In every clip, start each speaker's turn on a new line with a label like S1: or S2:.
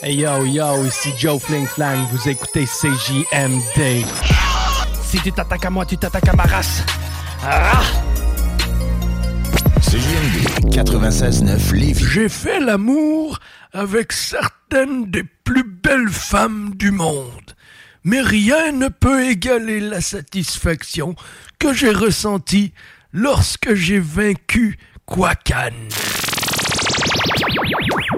S1: Hey yo yo, ici Joe Fling Flang, vous écoutez CJMD. Si tu t'attaques à moi, tu t'attaques à ma race. Ah!
S2: CJMD 96.9 Lévis.
S1: J'ai fait l'amour avec certaines des plus belles femmes du monde. Mais rien ne peut égaler la satisfaction que j'ai ressentie lorsque j'ai vaincu Kwakan.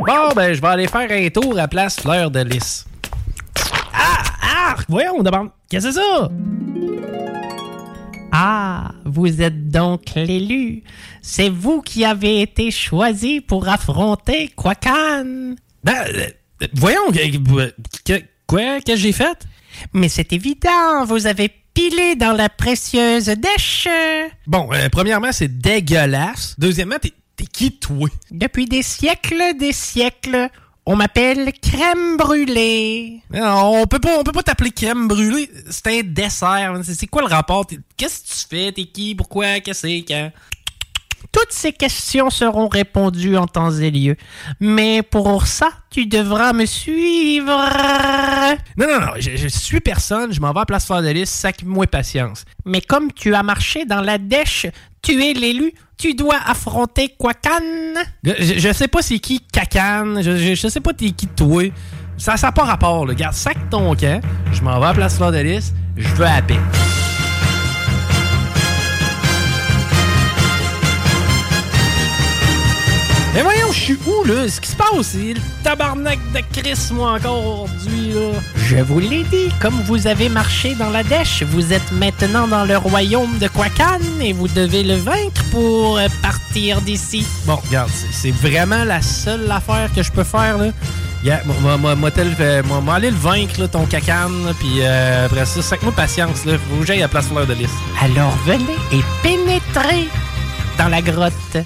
S3: Bon, ben, je vais aller faire un tour à place Fleur de Lys. Ah! Ah! Voyons, demande. Qu'est-ce que c'est ça? Ah, vous êtes donc l'élu. C'est vous qui avez été choisi pour affronter Quacan. euh,
S1: voyons, quoi? Qu'est-ce que j'ai fait?
S3: Mais c'est évident, vous avez pilé dans la précieuse dèche.
S1: Bon, euh, premièrement, c'est dégueulasse. Deuxièmement, t'es t'es qui, toi?
S3: Depuis des siècles, des siècles, on m'appelle crème brûlée.
S1: Non, on peut pas, on peut pas t'appeler crème brûlée. C'est un dessert. C'est c'est quoi le rapport? T'es- Qu'est-ce que tu fais? T'es qui? Pourquoi? Qu'est-ce que c'est? Quand?
S3: Toutes ces questions seront répondues en temps et lieu. Mais pour ça, tu devras me suivre.
S1: Non, non, non. Je, je suis personne. Je m'en vais à Place Fleur de Lys. Sac-moi patience.
S3: Mais comme tu as marché dans la dèche, tu es l'élu, tu dois affronter Quacan.
S1: Je, je sais pas c'est qui cacane. Je, je, je sais pas t'es qui, toi. Ça n'a pas rapport, là. Garde, sac ton camp. Je m'en vais à Place Fleur de Lys. Je veux la paix. Mais voyons, je suis où, là? Ce qui se passe, c'est le tabarnak de Chris, moi, encore aujourd'hui, là.
S3: Je vous l'ai dit, comme vous avez marché dans la dèche, vous êtes maintenant dans le royaume de Quacan et vous devez le vaincre pour euh, partir d'ici.
S1: Bon, regarde, c'est- c'est vraiment la seule affaire que je peux faire, là. Yeah, moi- moi, moi, moi, tel- euh, moi, moi, aller le vaincre, là, ton cacane, là, puis euh, après ça, sac-moi patience, là. Faut que j'aille à Place Fleur de Lys.
S3: Alors venez et pénétrez dans la grotte.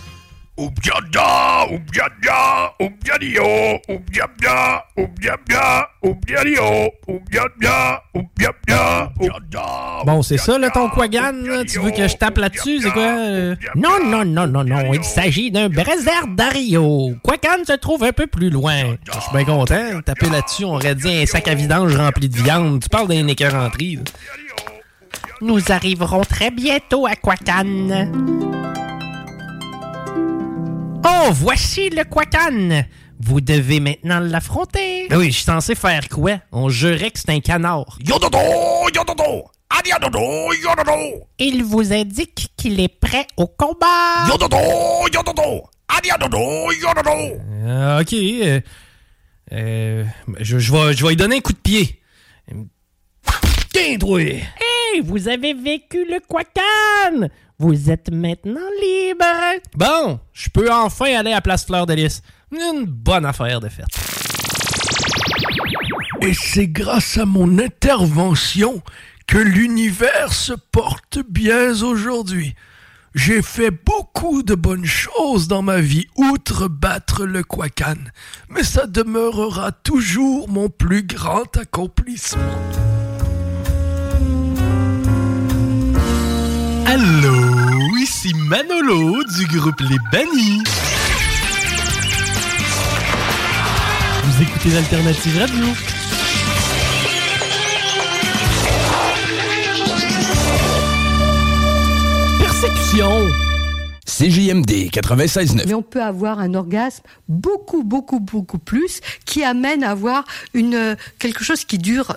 S4: Oubdiada, oubdiada, oubdiadio, oubdiada, oubdiada, oubdiadio, oubdiada, oubdiada, oubdiada.
S1: Bon, c'est ça, là, ton Quagan, là? Tu veux que je tape là-dessus, c'est quoi? euh?
S3: Non, non, non, non, non, il s'agit d'un brésard d'Ario. Quacan se trouve un peu plus loin.
S1: Je suis bien content. Taper là-dessus, on aurait dit un sac à vidange rempli de viande. Tu parles d'un écœuranterie, là.
S3: Nous arriverons très bientôt à Quacan. Oh, voici le Quacan. Vous devez maintenant l'affronter.
S1: Ben oui, je suis censé faire quoi? On jurait que c'est un canard.
S4: Yododo, yododo, adiadodo, yododo,
S3: Il vous indique qu'il est prêt au combat.
S4: yododo, yododo, adiadodo, yododo.
S1: Euh, ok. euh, euh, je, je vais, je vais lui donner un coup de pied. Tiens, toi!
S3: Hey, vous avez vécu le Quacan. Vous êtes maintenant libre.
S1: Bon, je peux enfin aller à Place Fleur de Lys. Une bonne affaire de fête. Et c'est grâce à mon intervention que l'univers se porte bien aujourd'hui. J'ai fait beaucoup de bonnes choses dans ma vie, outre battre le Quacan, mais ça demeurera toujours mon plus grand accomplissement.
S5: Allô, ici Manolo du groupe Les Bannis. Vous écoutez l'Alternative Radio. Perception.
S6: CJMD 96.9.
S7: Mais on peut avoir un orgasme beaucoup, beaucoup, beaucoup plus qui amène à avoir une, quelque chose qui dure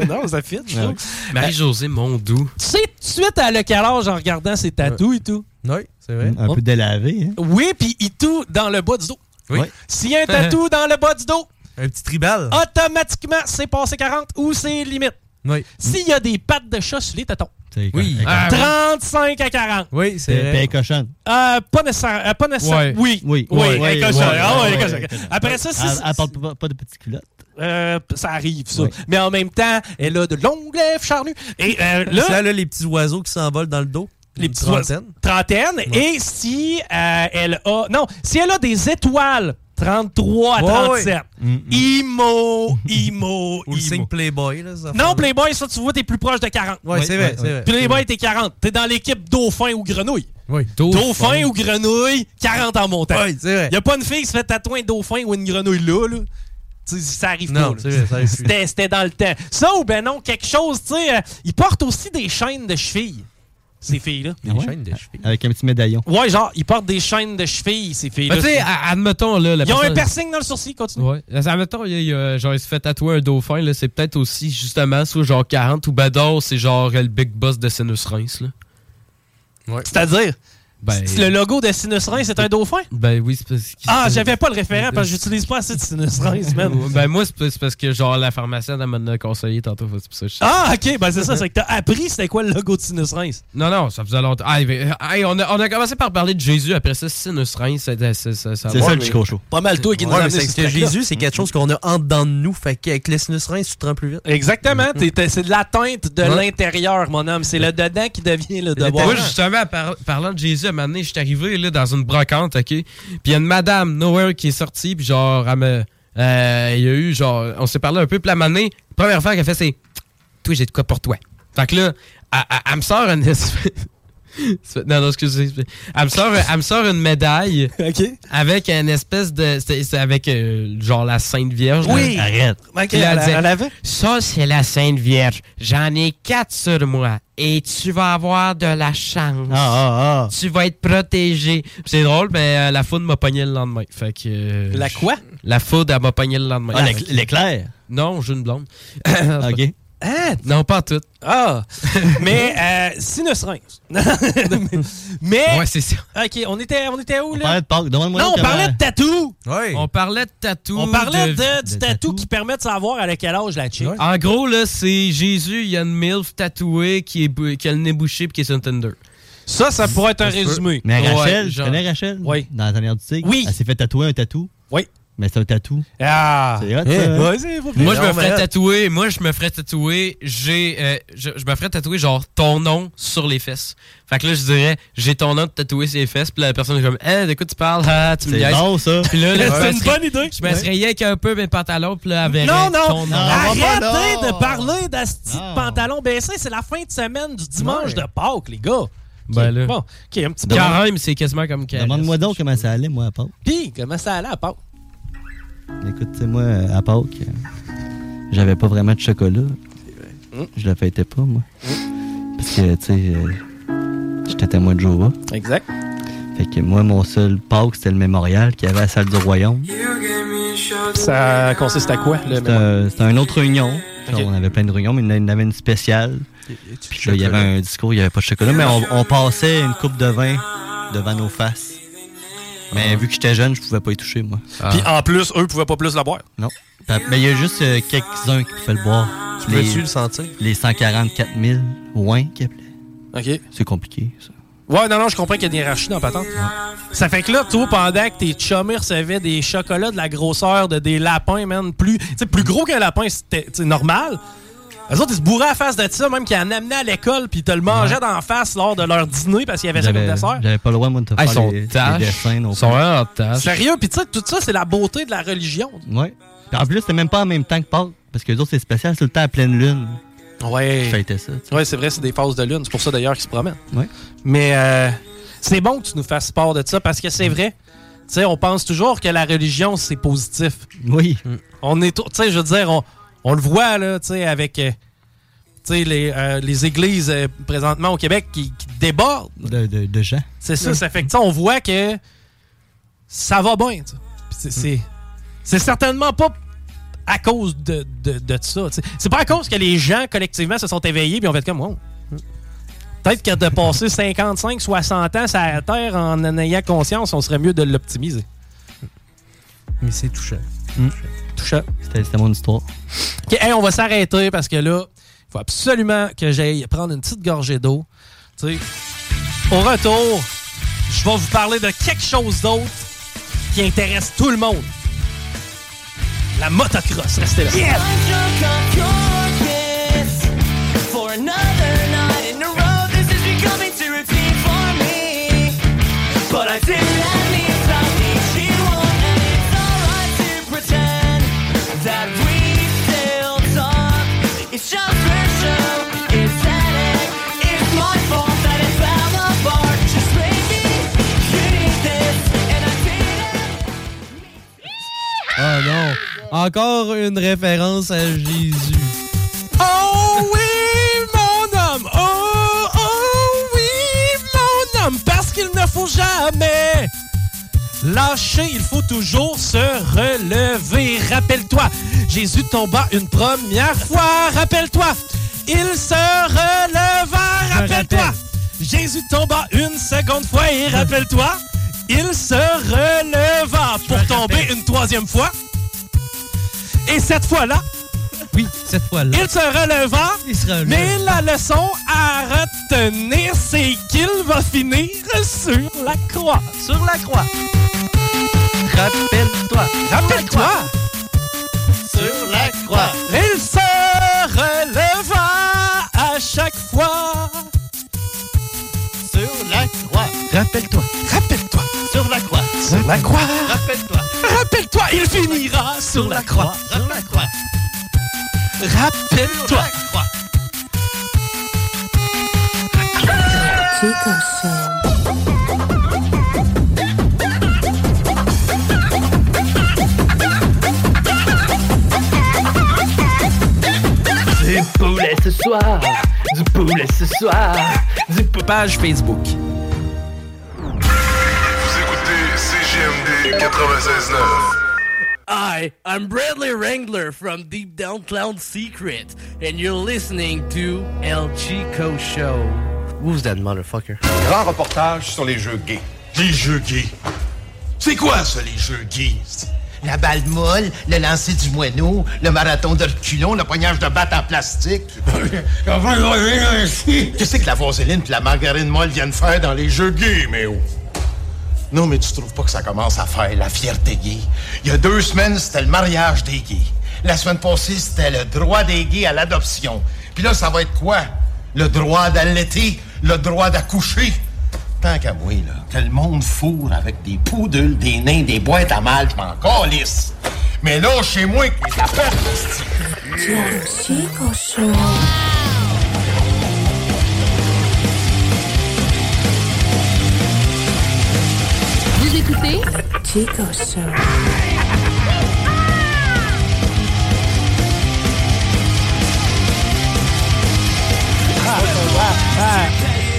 S1: non, ça fit, je trouve.
S8: Marie-Josée Mondou.
S1: Tu sais, tout de suite, à le calage en regardant ses tatous et tout.
S9: Oui, c'est vrai.
S10: Un peu
S1: Oh.
S10: délavée, hein.
S1: Oui, puis il tout dans le bas du dos.
S9: Oui.
S10: Ouais.
S1: S'il y a un tatou dans le bas du dos,
S9: Un petit tribal.
S1: automatiquement, c'est passé 40 ou c'est limite.
S9: Oui.
S1: S'il y a des pattes de chat sur les tatons,
S10: C'est
S8: Oui.
S10: quoi?
S8: Ah,
S1: 35 à 40.
S9: Oui,
S10: C'est
S9: c'est
S10: elle est
S9: vrai.
S10: cochonne.
S1: Euh, pas nécessaire. euh, pas nécessaire.
S8: Ouais.
S1: Oui.
S10: Oui.
S1: Oui,
S10: Ouais,
S1: elle
S10: ouais,
S1: coche
S10: ouais,
S1: ça. Ah ouais,
S10: ouais,
S1: elle coche
S10: ouais,
S1: ça.
S10: ouais.
S1: Après ça, si-
S10: Elle, elle porte pas, pas de petites culottes.
S1: Euh, ça arrive, ça.
S10: Oui.
S1: Mais en même temps, elle a de longues lèvres charnues. Et euh,
S9: Là,
S1: là,
S9: là, les petits oiseaux qui s'envolent dans le dos.
S1: les
S9: Une
S1: petites
S9: trentaine.
S1: trentaine. Et si euh, elle a. Non, si elle a des étoiles, 33 à
S9: Ouais,
S1: 37. Imo, Imo,
S9: Ou le signe
S1: Imo.
S9: Playboy. Là, ça
S1: Non,
S9: fait-
S1: Playboy, ça, tu vois, t'es plus proche de 40.
S9: Ouais, c'est vrai,
S10: ouais,
S9: c'est
S10: ouais.
S9: vrai.
S1: Playboy, t'es 40. T'es dans l'équipe Dauphin ou Grenouille.
S9: Oui.
S1: Dauphin ou Grenouille, 40 en montant.
S9: Oui, c'est vrai.
S1: Il a pas une fille qui se fait tatouer un dauphin ou une grenouille là, là. Tu sais, ça arrive
S9: Non,
S1: pas.
S9: c'est
S1: là.
S9: vrai, ça arrive plus.
S1: C'était c'était dans le temps. Ça ou ben non, quelque chose, tu sais, euh, ils portent aussi des chaînes de chevilles, ces filles-là.
S10: Ah ouais? Avec un petit médaillon.
S1: Ouais, genre, ils portent des chaînes de chevilles, ces filles-là.
S10: Ben,
S8: Mais tu sais, a- admettons, là. la
S1: Ils ont un
S8: personne-
S1: piercing dans le sourcil, continue.
S8: Ouais. Parce que, Admettons, il y a- il y a, genre, il se fait tatouer un dauphin, là. C'est peut-être aussi, justement, soit genre 40 ou Bador, c'est genre euh, le big boss de Sinus Reims, là.
S1: C'est-à-dire?
S8: Ben,
S1: C'est Le logo de Sinus Reims, c'est un dauphin?
S8: ben oui, c'est parce que.
S1: Ah, j'avais pas le référent parce que j'utilise pas assez de Sinus Reims, man.
S8: ben moi, c'est parce- c'est parce que, genre, la pharmacienne, elle m'a conseillé tantôt. C'est pour ça que je-
S1: Ah, ok, ben c'est ça, c'est que t'as appris c'était quoi le logo de Sinus Reims.
S8: Non, non, ça faisait longtemps. Ah, ben, euh, hey, on, a, on a commencé par parler de Jésus, après ça, Sinus Reims, c'est c'est- c'est-
S9: C'est ça, le Chico
S8: Show.
S1: Pas mal toi
S9: Ouais, mais c'est parce que Jésus, c'est quelque chose qu'on a en dedans de nous. Fait qu'avec les sinus reins, tu te rends plus vite. Mm.
S1: Exactement, t'es- t'es- c'est de la teinte de
S9: Ouais.
S1: l'intérieur, mon homme. C'est le dedans qui devient le devoir.
S8: Moi, justement, par- parlant de Jésus, à un moment donné, je suis arrivé là, dans une brocante, OK? Puis il y a une madame, Nowhere, qui est sortie, puis genre, elle me. euh, Il y a eu, genre, on s'est parlé un peu, puis à un moment donné, première fois qu'elle fait, c'est Toi, j'ai de quoi pour toi. Fait que là, elle, elle- elle me sort une espèce- Non, non, excusez. Elle me sort, elle me sort une médaille avec une espèce de. C'est c'est avec, euh, genre, la Sainte Vierge.
S1: Oui.
S8: là. Arrête.
S1: Ok,
S8: Puis là,
S1: elle-
S8: disait,
S1: elle avait?
S8: Ça, c'est la Sainte Vierge. J'en ai quatre sur moi. Et tu vas avoir de la chance.
S10: Ah, ah,
S8: Tu vas être protégé. Puis C'est drôle, mais euh, la foudre m'a pogné le lendemain. Fait que. euh,
S1: La
S8: je-
S1: quoi?
S8: La foudre, elle m'a pogné le lendemain.
S10: Ah,
S8: Fait
S10: l'éc-
S8: que-
S10: l'éclair?
S8: Non, j'ai une blonde.
S10: OK.
S1: Ah,
S8: Non, pas toutes.
S1: Ah! mais euh, Sinus Reims. mais.
S8: Ouais, c'est ça.
S1: Ok, on était, on était où, là?
S10: parlait de Pâques. Demande-moi
S1: non,
S10: donc
S1: on parlait
S10: comment-
S1: de tatou!
S8: On parlait de tatou.
S1: On parlait de- du
S8: de-
S1: tatou qui permet de savoir à quel âge la chick.
S8: En gros, là, c'est Jésus, il y a une MILF tatouée qui, est, bou- qui a le nez bouché et qui est sur Tinder.
S1: Ça, ça pourrait être un
S8: se peut.
S1: résumé.
S10: Mais
S8: Ouais,
S10: Rachel, tu
S8: genre.
S10: connais Rachel?
S1: Oui.
S10: Dans la dernière du tigre?
S1: Oui.
S10: Elle s'est fait tatouer un tatou?
S1: Oui.
S10: Mais c'est un tatou.
S1: Ah!
S10: C'est hot,
S8: Eh,
S10: ça.
S1: vas-y, faut-
S8: Moi, je me
S1: Mais non, mais
S8: ferais
S1: là-
S8: tatouer. Moi, je me ferais tatouer. J'ai, euh, je, je me ferais tatouer genre ton nom sur les fesses. Fait que là, je dirais, j'ai ton nom tatoué sur les fesses. Puis la personne est comme, eh, de quoi tu parles Ah, tu me
S10: C'est
S8: niaises.
S10: bon, Oh, ça.
S8: Puis là, là, je
S1: C'est
S8: me
S1: une
S8: serais-
S1: bonne idée.
S8: Je me serais rien qu'un peu mes pantalons. Puis là, elle verrait
S1: Non, non!
S8: ton nom.
S1: Arrêtez de parler d'asti de pantalon baissé. C'est la fin de semaine du dimanche de Pâques, les gars.
S8: Ben
S1: Ok,
S8: là.
S1: Bon, ok, un petit peu.
S8: Carême, c'est quasiment comme caresse.
S10: Demande-moi donc comment ça allait, moi, à Pâques.
S1: Puis, comment ça allait à Pâques?
S10: Écoute, tu sais, moi, à Pâques, euh, j'avais pas vraiment de chocolat. Je le fêtais pas, moi. Parce que, tu sais, euh, j'étais témoin de Jéhovah.
S1: Exact.
S10: Fait que moi, mon seul Pâques, c'était le mémorial qu'il y avait à la salle du royaume.
S1: Ça consiste à quoi, le
S10: C'était un- Euh, c'était un autre réunion. Genre, On avait plein de réunions, mais il y en avait une spéciale. Puis là, il y avait un discours, il n'y avait pas de chocolat, mais on, on passait une coupe de vin devant nos faces. Mais vu que j'étais jeune, je pouvais pas y toucher, moi.
S1: Puis en plus, eux pouvaient pas plus la boire.
S10: Non. Fait- Mais il y a juste euh, quelques-uns qui pouvaient le boire.
S9: Tu peux-tu le sentir?
S10: Les 144 000 ouins qui appelaient.
S1: OK.
S10: C'est compliqué, ça.
S1: Ouais, non, non, je comprends qu'il y a une hiérarchie dans la patente. Ça fait que là, toi, pendant que tes chummies recevaient des chocolats de la grosseur de des lapins, man, plus, tu sais, plus gros qu'un lapin, c'était tu sais, normal. Les autres, ils se bourraient à la face de ça, même qu'ils en amenaient à l'école, puis ils te le mangeaient d'en face lors de leur dîner parce qu'il y avait ça comme
S10: J'avais
S1: dessert.
S10: j'avais pas le droit, moi, de te
S8: Ah, ils
S10: faire
S8: sont
S10: les, les
S8: tâches.
S10: dessins. non
S8: Ils sont
S10: plus.
S8: vraiment en tâche.
S1: Sérieux, puis tu sais, tout ça, c'est la beauté de la religion.
S10: Ouais. Puis en plus, c'était même pas en même temps que Pâques, parce que les autres, c'est spécial, c'est le temps à pleine lune.
S1: Ouais.
S10: Ils fêtaient ça.
S1: Ouais, c'est vrai, c'est des phases de lune. C'est pour ça d'ailleurs qu'ils se promènent.
S10: Ouais.
S1: Mais euh, c'est bon que tu nous fasses part de ça parce que c'est vrai. Tu sais, on pense toujours que la religion, c'est positif.
S10: Oui.
S1: On est, tou- tu sais, je veux dire, on, on le voit, là, tu sais, avec euh, tu sais, les, euh, les églises euh, présentement au Québec qui, qui débordent.
S10: De, de, de gens.
S1: C'est ça, ça fait que, tu sais, on voit que ça va bien, tu sais. Puis c'est- C'est c'est certainement pas à cause de, de, de ça, tu sais. C'est pas à cause que les gens, collectivement, se sont éveillés puis ont fait comme, wow. Peut-être que de passer 55, 60 ans sur la Terre en en ayant conscience, on serait mieux de l'optimiser.
S9: Mais c'est touchant.
S1: Touchant.
S10: C'était c'était mon histoire.
S1: OK, hey, on va s'arrêter parce que là, il faut absolument que j'aille prendre une petite gorgée d'eau. Tu sais, Au retour, je vais vous parler de quelque chose d'autre qui intéresse tout le monde. La motocross, restez là.
S11: For another night in a row, this is becoming too routine for me. But I did not need something she won't, and it's alright to pretend that we still talk. It's just pressure, it's static, it's my fault that it fell apart. Just make me think this, and I did it.
S10: Ah,
S8: non. Encore une référence à Jésus.
S1: Oh oui, mon homme! Oh, oh oui, mon homme! Parce qu'il ne faut jamais lâcher, il faut toujours se relever. Rappelle-toi, Jésus tomba une première fois. Rappelle-toi, il se releva. Rappelle-toi, Jésus tomba une seconde fois et rappelle-toi, il se releva pour tomber une troisième fois. Et cette fois-là,
S8: oui, cette fois-là.
S1: il se releva, mais la leçon à retenir, c'est qu'il va finir sur la croix. Sur la croix. Rappelle-toi. Rappelle-toi. Sur la croix. Il se releva à chaque fois. Sur la croix. Rappelle-toi. Rappelle-toi. Sur la croix. Sur la croix. Rappelle-toi. Rappelle-toi, il finira sur la croix. Sur la croix. Rappelle-toi.
S11: Du poulet ce soir, du poulet ce soir, du pou- page Facebook.
S12: Vous écoutez CGMD 96.9.
S2: Hi, I'm Bradley Wrangler from Deep Down Clown Secret, and you're listening to El Chico Show. Who's that motherfucker?
S13: Grand reportage sur les jeux gays. Les jeux gays. C'est quoi ça, les jeux gays?
S14: La balle molle, le lancer du moineau, le marathon de reculon, le poignage de batte en plastique. Qu'est-ce que la vaseline et la margarine molle viennent faire dans les jeux gays, mais oh? Non, mais tu trouves pas que ça commence à faire la fierté gay? Il y a deux semaines, c'était le mariage des gays. La semaine passée, c'était le droit des gays à l'adoption. Puis là, ça va être quoi? Le droit d'allaiter, le droit d'accoucher. Tant qu'à moi, là, que le monde fourre avec des poudles, des nains, des boîtes à mal, je m'en calisse. Mais là, chez moi, avec la perte,
S4: Chico Show.
S15: Vous écoutez?
S4: Chico Show.
S1: Ah,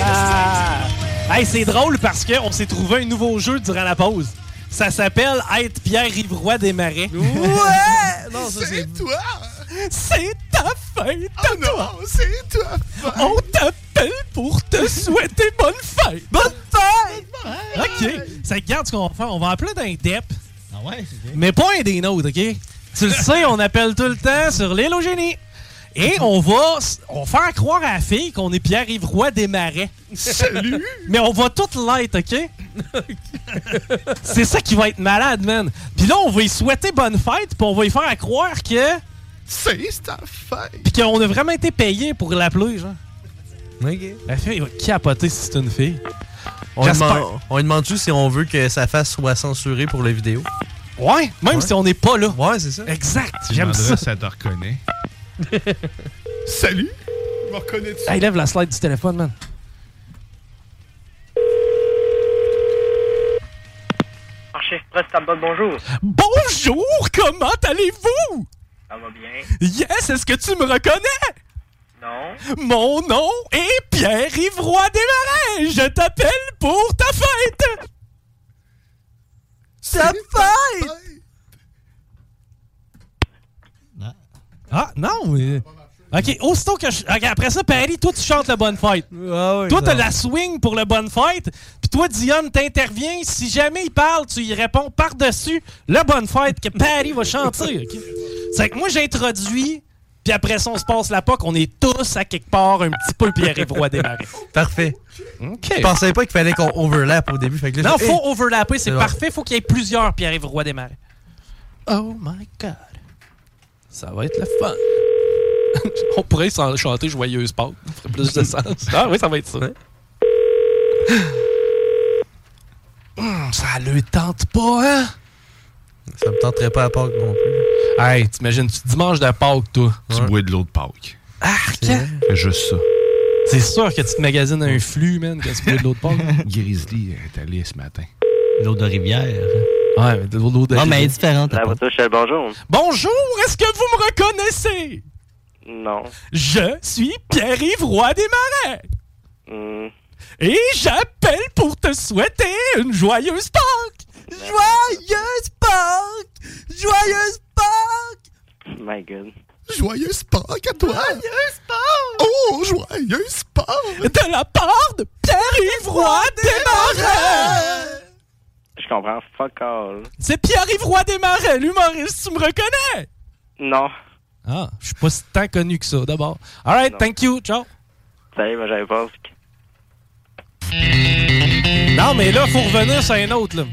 S1: ah. Hey, c'est drôle parce qu'on s'est trouvé un nouveau jeu durant la pause. Ça s'appelle Être Pierre Ivroy des Marais. Ouais!
S11: Non, ça, c'est toi! Ah
S1: C'est ta fête! Oh non,
S11: c'est toi!
S1: On t'appelle pour te souhaiter bonne fête! Bonne fête! OK. Ça regarde ce qu'on va faire. On va appeler d'un DEP,
S10: Ah ouais?
S1: mais pas un des nôtres, OK? Tu le sais, on appelle tout le temps sur l'île au génie. Et on va, s- on va faire croire à la fille qu'on est Pierre-Yves Roy des Marais.
S11: Salut!
S1: Mais on va tout l'être, OK? C'est ça qui va être malade, man. Puis là, on va lui souhaiter bonne fête, puis on va lui faire à croire que...
S11: C'est ta fête!
S1: Puis qu'on a vraiment été payé pour l'appeler, genre. La fille, il va capoter si c'est une fille.
S9: On lui
S1: J'espère.
S9: demande, on lui demande juste si on veut que sa face soit censurée pour la vidéo.
S1: Ouais, même si on n'est pas là.
S9: Ouais, c'est ça.
S1: Exact, j'aime ça.
S9: ça te reconnaît.
S11: Salut! Je me reconnais-tu?
S1: Hey, lève la slide du téléphone, man.
S16: Marché Express Tambol, bonjour.
S1: Bonjour, comment allez-vous?
S16: Ça va bien?
S1: Yes, est-ce que tu me reconnais?
S16: Non?
S1: Mon nom est Pierre-Yves Roy Desmarais. Je t'appelle pour ta fête. Ta fête! Ah, non, mais... OK, aussitôt que je... OK, après ça, Paris, toi, tu chantes le Bonne Fête. toi, t'as
S9: ça.
S1: la swing pour le Bonne Fête. Puis toi, Dionne, t'interviens. Si jamais il parle, tu y réponds par-dessus le Bonne Fête que Paris va chanter. OK? C'est que moi, j'introduis, puis après ça, on se passe la POC. On est tous à quelque part un petit peu Pierre-Yves Roy démarrer.
S9: Parfait. Je pensais pas qu'il fallait qu'on overlap au début. Fait que là,
S1: Non,
S9: j'ai-
S1: faut overlapper, c'est
S9: C'est bon.
S1: parfait. Faut qu'il y ait plusieurs Pierre-Yves Roy démarrer. Oh my God. Ça va être le fun. on pourrait s'en chanter Joyeuse Pâques. Ça ferait plus de sens. Ah oui, ça va être ça. Hum, ça le tente pas, hein?
S9: Ça me tenterait pas à Pâques non plus.
S1: Hey, t'imagines, tu dimanche de Pâques, toi.
S9: Tu
S1: Ouais.
S5: bois de l'eau de Pâques. Fais juste ça.
S1: C'est sûr que tu te magasines un flux, man, quand tu peux de l'autre part.
S5: Grizzly est allé ce matin.
S10: L'eau de rivière.
S1: Ouais, mais de l'eau de
S10: Non, mais elle est différente.
S17: Ça vous touche, euh, bonjour.
S1: Bonjour, est-ce que vous me reconnaissez?
S17: Non.
S1: Je suis Pierre-Yves Roy des Marais.
S17: Hmm.
S1: Et j'appelle pour te souhaiter une joyeuse Pâques! Joyeuse Pâques! Joyeuse Pâques!
S17: My God.
S1: Joyeuse Pâques à toi! Joyeuse Pâques! Oh, joyeuse Pâques! De la part de Pierre-Yves Roy des Marais!
S17: Je comprends. Fuck all.
S1: C'est Pierre-Yves Roy des Marais, l'humoriste, tu me reconnais?
S17: Non.
S1: Ah, je suis pas si tant connu que ça, d'abord. Alright, thank you, ciao!
S17: Salut, moi j'avais pas.
S1: Non, mais là, faut revenir sur un autre, là.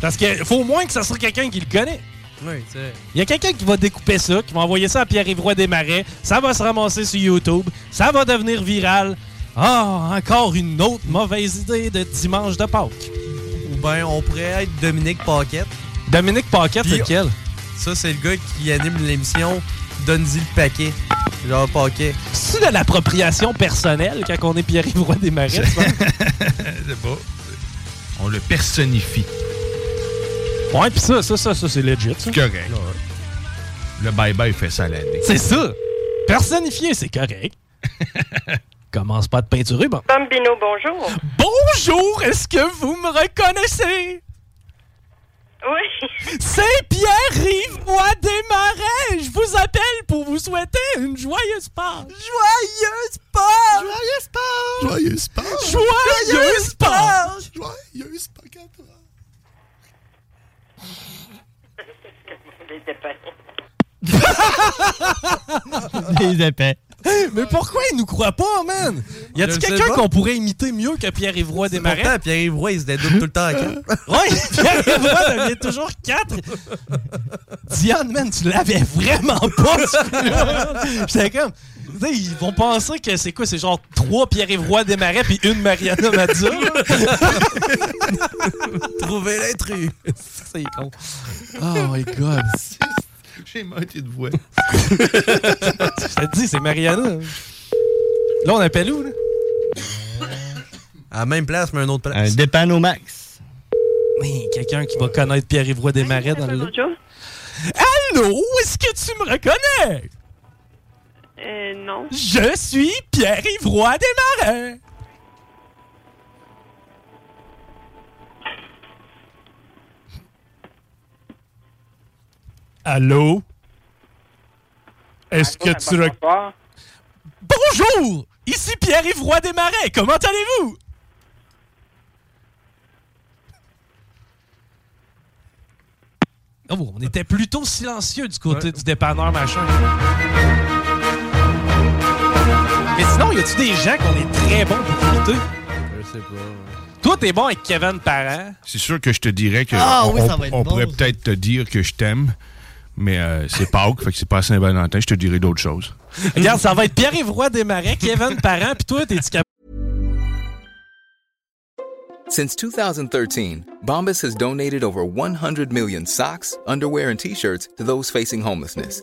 S1: Parce que faut au moins que ça soit quelqu'un qui le connaît.
S8: Oui, tu sais.
S1: Il y a quelqu'un qui va découper ça, qui va envoyer ça à Pierre-Yvroy Desmarais. Ça va se ramasser sur YouTube. Ça va devenir viral. Ah, encore une autre mauvaise idée de dimanche de Pâques.
S9: Ou bien on pourrait être Dominique Paquette.
S1: Dominique Paquette,
S9: Puis-
S1: c'est lequel?
S9: Ça, c'est le gars qui anime l'émission Donne-y le paquet. Genre paquet.
S1: C'est de l'appropriation personnelle quand on est Pierre-Yvroy Desmarais. tu penses?
S13: C'est beau. On le personnifie.
S1: Ouais, pis ça, ça, ça, ça c'est legit. ça.
S13: Correct. Le bye-bye fait ça à l'année.
S1: C'est ça. Personnifié, c'est correct. Commence pas de peinturer, bon.
S18: Bambino, bonjour.
S1: Bonjour, est-ce que vous me reconnaissez?
S18: Oui.
S1: C'est Pierre-Yves Roy des Marais. Je vous appelle pour vous souhaiter une joyeuse Pâques. Joyeuse Pâques! Joyeuse Pâques!
S11: Joyeuse Pâques!
S1: Joyeuse Pâques!
S11: Joyeuse Pâques à toi!
S10: Des épais.
S1: Mais pourquoi il nous croit pas, man? Y
S9: Je
S1: a-tu
S9: le sais
S1: quelqu'un
S9: pas.
S1: qu'on pourrait imiter mieux que Pierre-Yves Roy des Marais?
S9: Pourtant, Pierre-Yves Roy, il se dédouble tout le temps à quatre.
S1: Ouais, Pierre-Yves Roy devient toujours 4. Diane, man, tu l'avais vraiment pas. celui-là. J'étais comme. tu sais, Ils vont penser que c'est quoi? C'est genre trois Pierre-Yves Roy des Marais puis une Mariana Mazza.
S9: Trouver l'intrus.
S1: c'est con. Oh my god.
S13: J'ai manqué de voix.
S1: Je te dis, c'est Mariana. Là, on appelle où, là?
S9: À la même place, mais un autre place.
S10: Un dépanneau max.
S1: Mais quelqu'un qui va connaître Pierre-Yves Roy des Marais dans le lot. Allô, est-ce que tu me reconnais?
S18: Euh, non.
S1: Je suis Pierre-Yves Roy des Marais. Allô? Est-ce que tu... rec- Bonjour! Ici Pierre-Yves Roy des Marais. Comment allez-vous? Oh, on était plutôt silencieux du côté du dépanneur machin. Mais sinon, y a-tu des gens qu'on est très bons pour imiter?
S8: Je sais pas.
S1: Toi, t'es bon avec Kevin Parent.
S13: C'est sûr que je te dirais que
S1: Ah
S13: on,
S1: oui, ça
S13: on-
S1: va être
S13: on
S1: bon,
S13: pourrait
S1: ça.
S13: peut-être te dire que je t'aime, mais euh, c'est Pâques, fait que c'est pas à Saint-Valentin, je te dirais d'autres choses.
S1: Regarde, ça va être Pierre-Yves Roy des Marais, Kevin Parent, puis toi, t'es-tu capable?
S19: Since 2013, Bombas has donated over 100 million socks, underwear, and t shirts to those facing homelessness.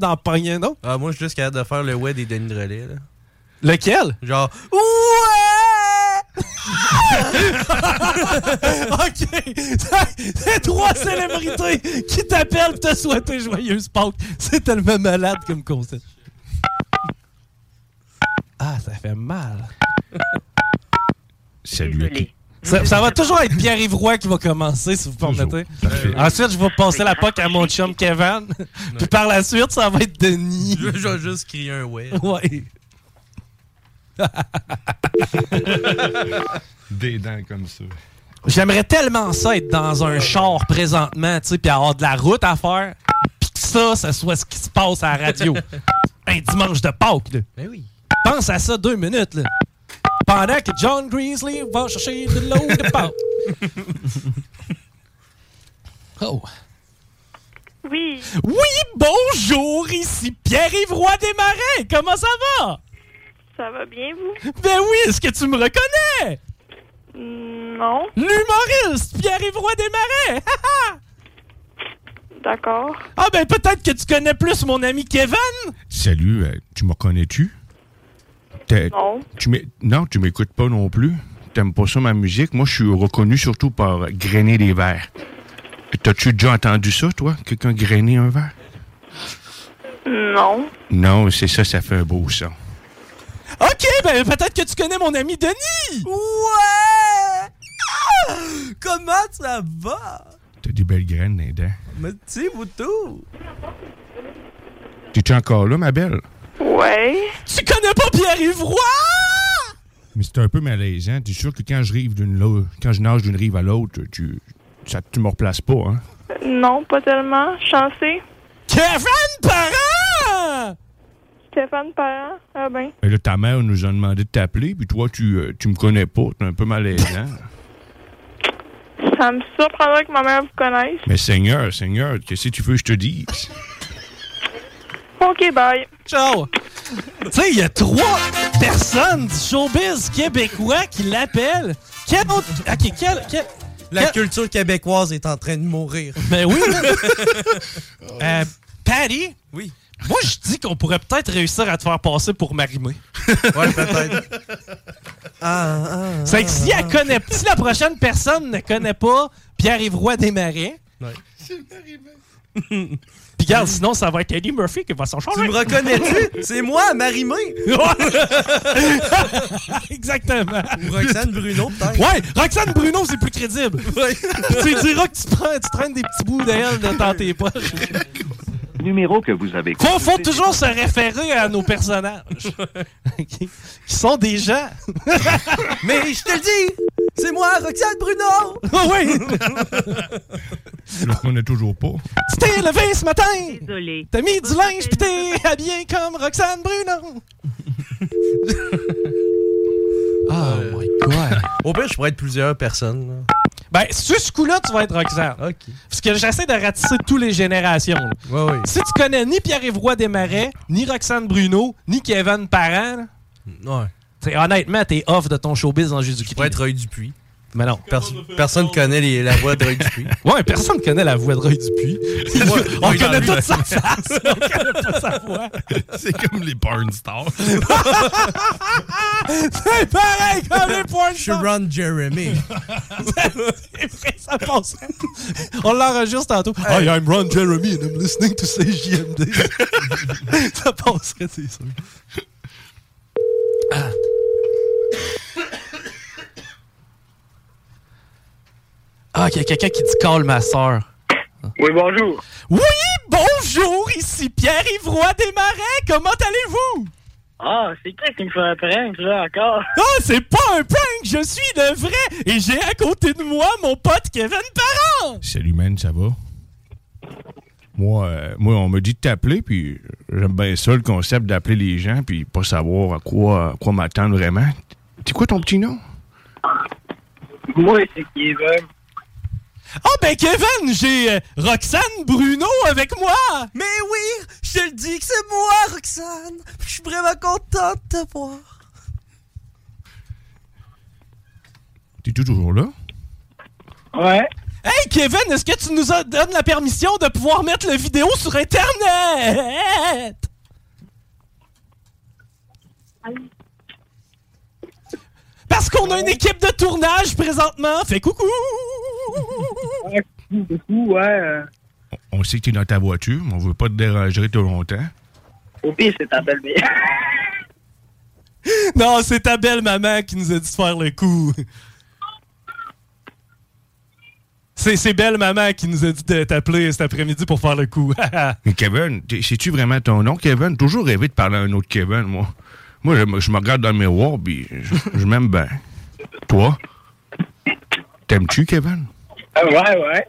S1: d'en pogner un autre?
S9: Ah, moi, je suis juste capable de faire le ouais des Denis de relais. Là.
S1: Lequel?
S9: Genre,
S1: OK. C'est trois célébrités qui t'appellent pour te souhaiter joyeuse Pâques. C'est tellement malade comme concept. Ah, ça fait mal.
S13: Salut à, qui-
S1: Ça, ça va toujours être Pierre-Yves Roy qui va commencer, si vous permettez.
S20: Parfait.
S1: Ensuite, je vais passer la POC à mon chum Kevin. Puis par la suite, ça va être Denis.
S9: Je vais juste crier un ouais.
S1: Ouais.
S20: Des dents comme ça.
S1: J'aimerais tellement ça être dans un char présentement, tu sais, puis avoir de la route à faire, puis que ça, ça soit ce qui se passe à la radio. un dimanche de Pâques, là.
S9: Ben oui.
S1: Pense à ça deux minutes, là. Pendant que John Grizzly va chercher de l'eau de Pâques. oh.
S18: Oui.
S1: Oui, bonjour, ici Pierre-Yves Roy Desmarais. Comment ça va?
S18: Ça va bien, vous?
S1: Ben oui, est-ce que tu me reconnais?
S18: Non.
S1: L'humoriste Pierre-Yves Roy Desmarais.
S18: D'accord.
S1: Ah ben peut-être que tu connais plus mon ami Kevin.
S20: Salut, euh, tu me reconnais-tu? T'es-
S18: Non.
S20: Tu m'é- non, tu m'écoutes pas non plus. T'aimes pas ça ma musique. Moi, je suis reconnu surtout par euh, grainer des verres. T'as-tu déjà entendu ça, toi? Quelqu'un grainer un verre?
S18: Non.
S20: Non, c'est ça, ça fait un beau son.
S1: OK, ben peut-être que tu connais mon ami Denis.
S11: Ouais! Ah! Comment ça va?
S20: T'as des belles graines dans les dents.
S11: Mais tu vous tout.
S20: T'es-tu encore là, ma belle?
S18: Ouais.
S1: Tu connais pas Pierre-Yves Roy?
S20: Mais c'est un peu malaisant. T'es sûr que quand je, rive d'une lo- quand je nage d'une rive à l'autre, tu, ça, tu me replaces pas, hein?
S18: Non, pas tellement. Chancé.
S1: Kevin Parent!
S18: Stéphane Parent? Ah ben.
S20: Mais là, ta mère nous a demandé de t'appeler, puis toi, tu, euh, tu me connais pas. T'es un peu malaisant.
S18: Ça me surprendrait que ma mère vous connaisse.
S20: Mais Seigneur, Seigneur, qu'est-ce que tu veux que je te dise?
S18: OK, bye.
S1: Ciao. Tu sais, il y a trois personnes du showbiz québécois qui l'appellent. Quel autre... OK, quel... quel...
S9: La
S1: quel-
S9: culture québécoise est en train de mourir.
S1: Ben oui. Euh, Patty? Oui. Moi, je dis qu'on pourrait peut-être réussir à te faire passer pour Marimé.
S9: Ouais, peut-être. Ah, ah, ah,
S1: C'est que si, elle connaît, si la prochaine personne ne connaît pas Pierre-Yves Roy Desmarais, puis regarde, sinon, ça va être Eddie Murphy qui va s'en changer.
S9: Tu me reconnais-tu? C'est moi, Marimé!
S1: Exactement.
S9: Ou Roxane Bruno, peut-être.
S1: Ouais, Roxane Bruno, c'est plus crédible. tu lui diras que tu, prends- tu traînes des petits bouts d'elle dans tes poches.
S21: Numéro que vous avez.
S1: Faut, faut toujours se référer à nos personnages. qui qui sont des gens.
S9: Mais je te le dis! C'est moi, Roxane Bruno!
S1: oui!
S20: Je le connais toujours pas.
S1: Tu t'es levé ce matin! T'as mis du linge pis t'es habillé comme Roxane Bruno! oh my god!
S9: Euh, Au pire, je pourrais être plusieurs personnes.
S1: Ben, sur ce coup-là, tu vas être Roxane. Parce que j'essaie de ratisser toutes les générations. là. Si tu connais ni Pierre-Yves Roy Desmarais, ni Roxane Bruno, ni Kevin Parent, là,
S9: Ouais.
S1: t'sais, honnêtement, t'es off de ton showbiz en Jésus-Christ. Tu pourrais être
S9: Roy Dupuis.
S1: Mais non.
S9: personne connaît les- la voix de Roy Dupuis.
S1: Ouais, personne connaît la voix de Roy Dupuis. On
S9: il en
S1: connaît
S9: lui,
S1: toute
S9: là.
S1: sa face, on connaît pas sa voix.
S20: C'est comme les porn stars.
S1: C'est pareil comme les porn
S9: Je suis Ron Jeremy.
S1: C'est vrai, ça passe. On l'enregistre tantôt. Hi, I'm Ron Jeremy and I'm listening to CJMD. ça passerait, c'est sûr. Ah. Ah, il y a quelqu'un qui dit call ma soeur.
S16: Oui, bonjour.
S1: Oui, bonjour, ici Pierre-Yves Roy Desmarais. Comment allez-vous?
S16: Ah, c'est qui qui me fait un prank, là, encore?
S1: Ah, c'est pas un prank, je suis le vrai et j'ai à côté de moi mon pote Kevin Parent.
S20: Salut, man, ça va? Moi, euh, moi on m'a dit de t'appeler, puis j'aime bien ça, le concept d'appeler les gens, puis pas savoir à quoi, à quoi m'attendre vraiment. C'est quoi ton petit nom?
S16: Moi, c'est Kevin.
S1: Ah ben Kevin, j'ai euh, Roxane Bruno avec moi.
S11: Mais oui, je te le dis que c'est moi, Roxane. Je suis vraiment contente de te voir.
S20: T'es toujours là?
S16: Ouais.
S1: Hey Kevin, est-ce que tu nous as- donnes la permission de pouvoir mettre la vidéo sur internet Parce qu'on a une équipe de tournage présentement. Fait coucou.
S16: ouais.
S20: On sait que t'es dans ta voiture, mais on veut pas te déranger trop longtemps.
S16: Au pire, c'est ta belle mère.
S1: Non, c'est ta belle maman qui nous a dit de faire le coup. C'est c'est belle maman qui nous a dit de t'appeler cet après-midi pour faire le coup.
S20: Mais Kevin, t'es- c'est-tu vraiment ton nom, Kevin? Toujours rêvé de parler à un autre Kevin, moi. Moi, je, me- je me regarde dans le miroir, puis je, je m'aime bien. Toi? T'aimes-tu, Kevin?
S16: Ah, ouais, ouais.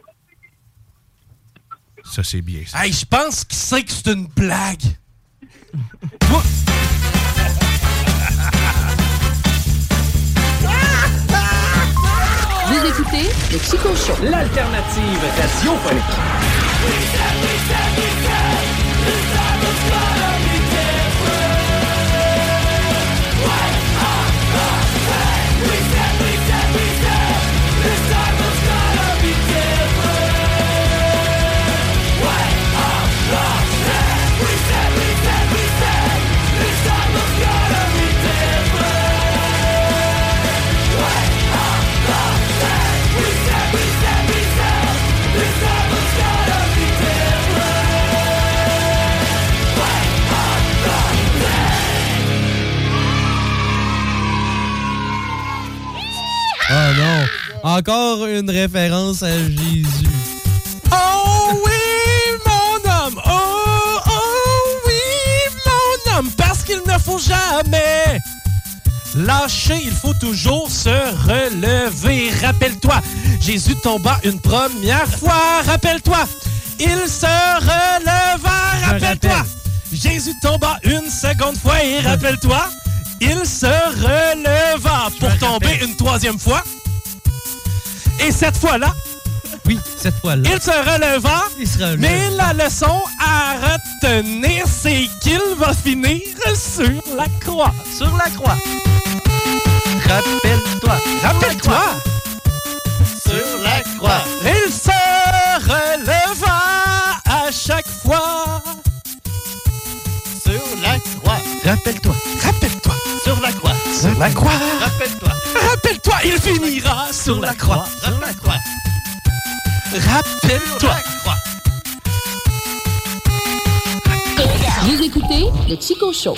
S20: Ça, c'est bien. ça.
S1: hey, je pense qu'il sait que c'est une blague.
S15: Vous écoutez le Chico Show. L'alternative radiophonique.
S9: Oh non. Encore une référence à Jésus.
S1: Oh oui, mon homme! Oh, oh oui, mon homme! Parce qu'il ne faut jamais lâcher, il faut toujours se relever. Rappelle-toi, Jésus tomba une première fois. Rappelle-toi, il se releva. Rappelle-toi, Jésus tomba une seconde fois et rappelle-toi, il se releva pour tomber une troisième fois. Et cette fois-là,
S10: Oui, cette fois-là.
S1: il se releva,
S10: releva.
S1: mais la leçon à retenir, c'est qu'il va finir sur la croix. Sur la croix. Rappelle-toi. Rappelle-toi. Sur la croix. Il se releva à chaque fois. Sur la croix. Rappelle-toi. Rappelle-toi. Sur la croix. Sur la croix. Rappelle-toi. Rappelle-toi, il finira sur la croix. Sur la croix. Rappelle-toi.
S15: Vous écoutez le Chico Show.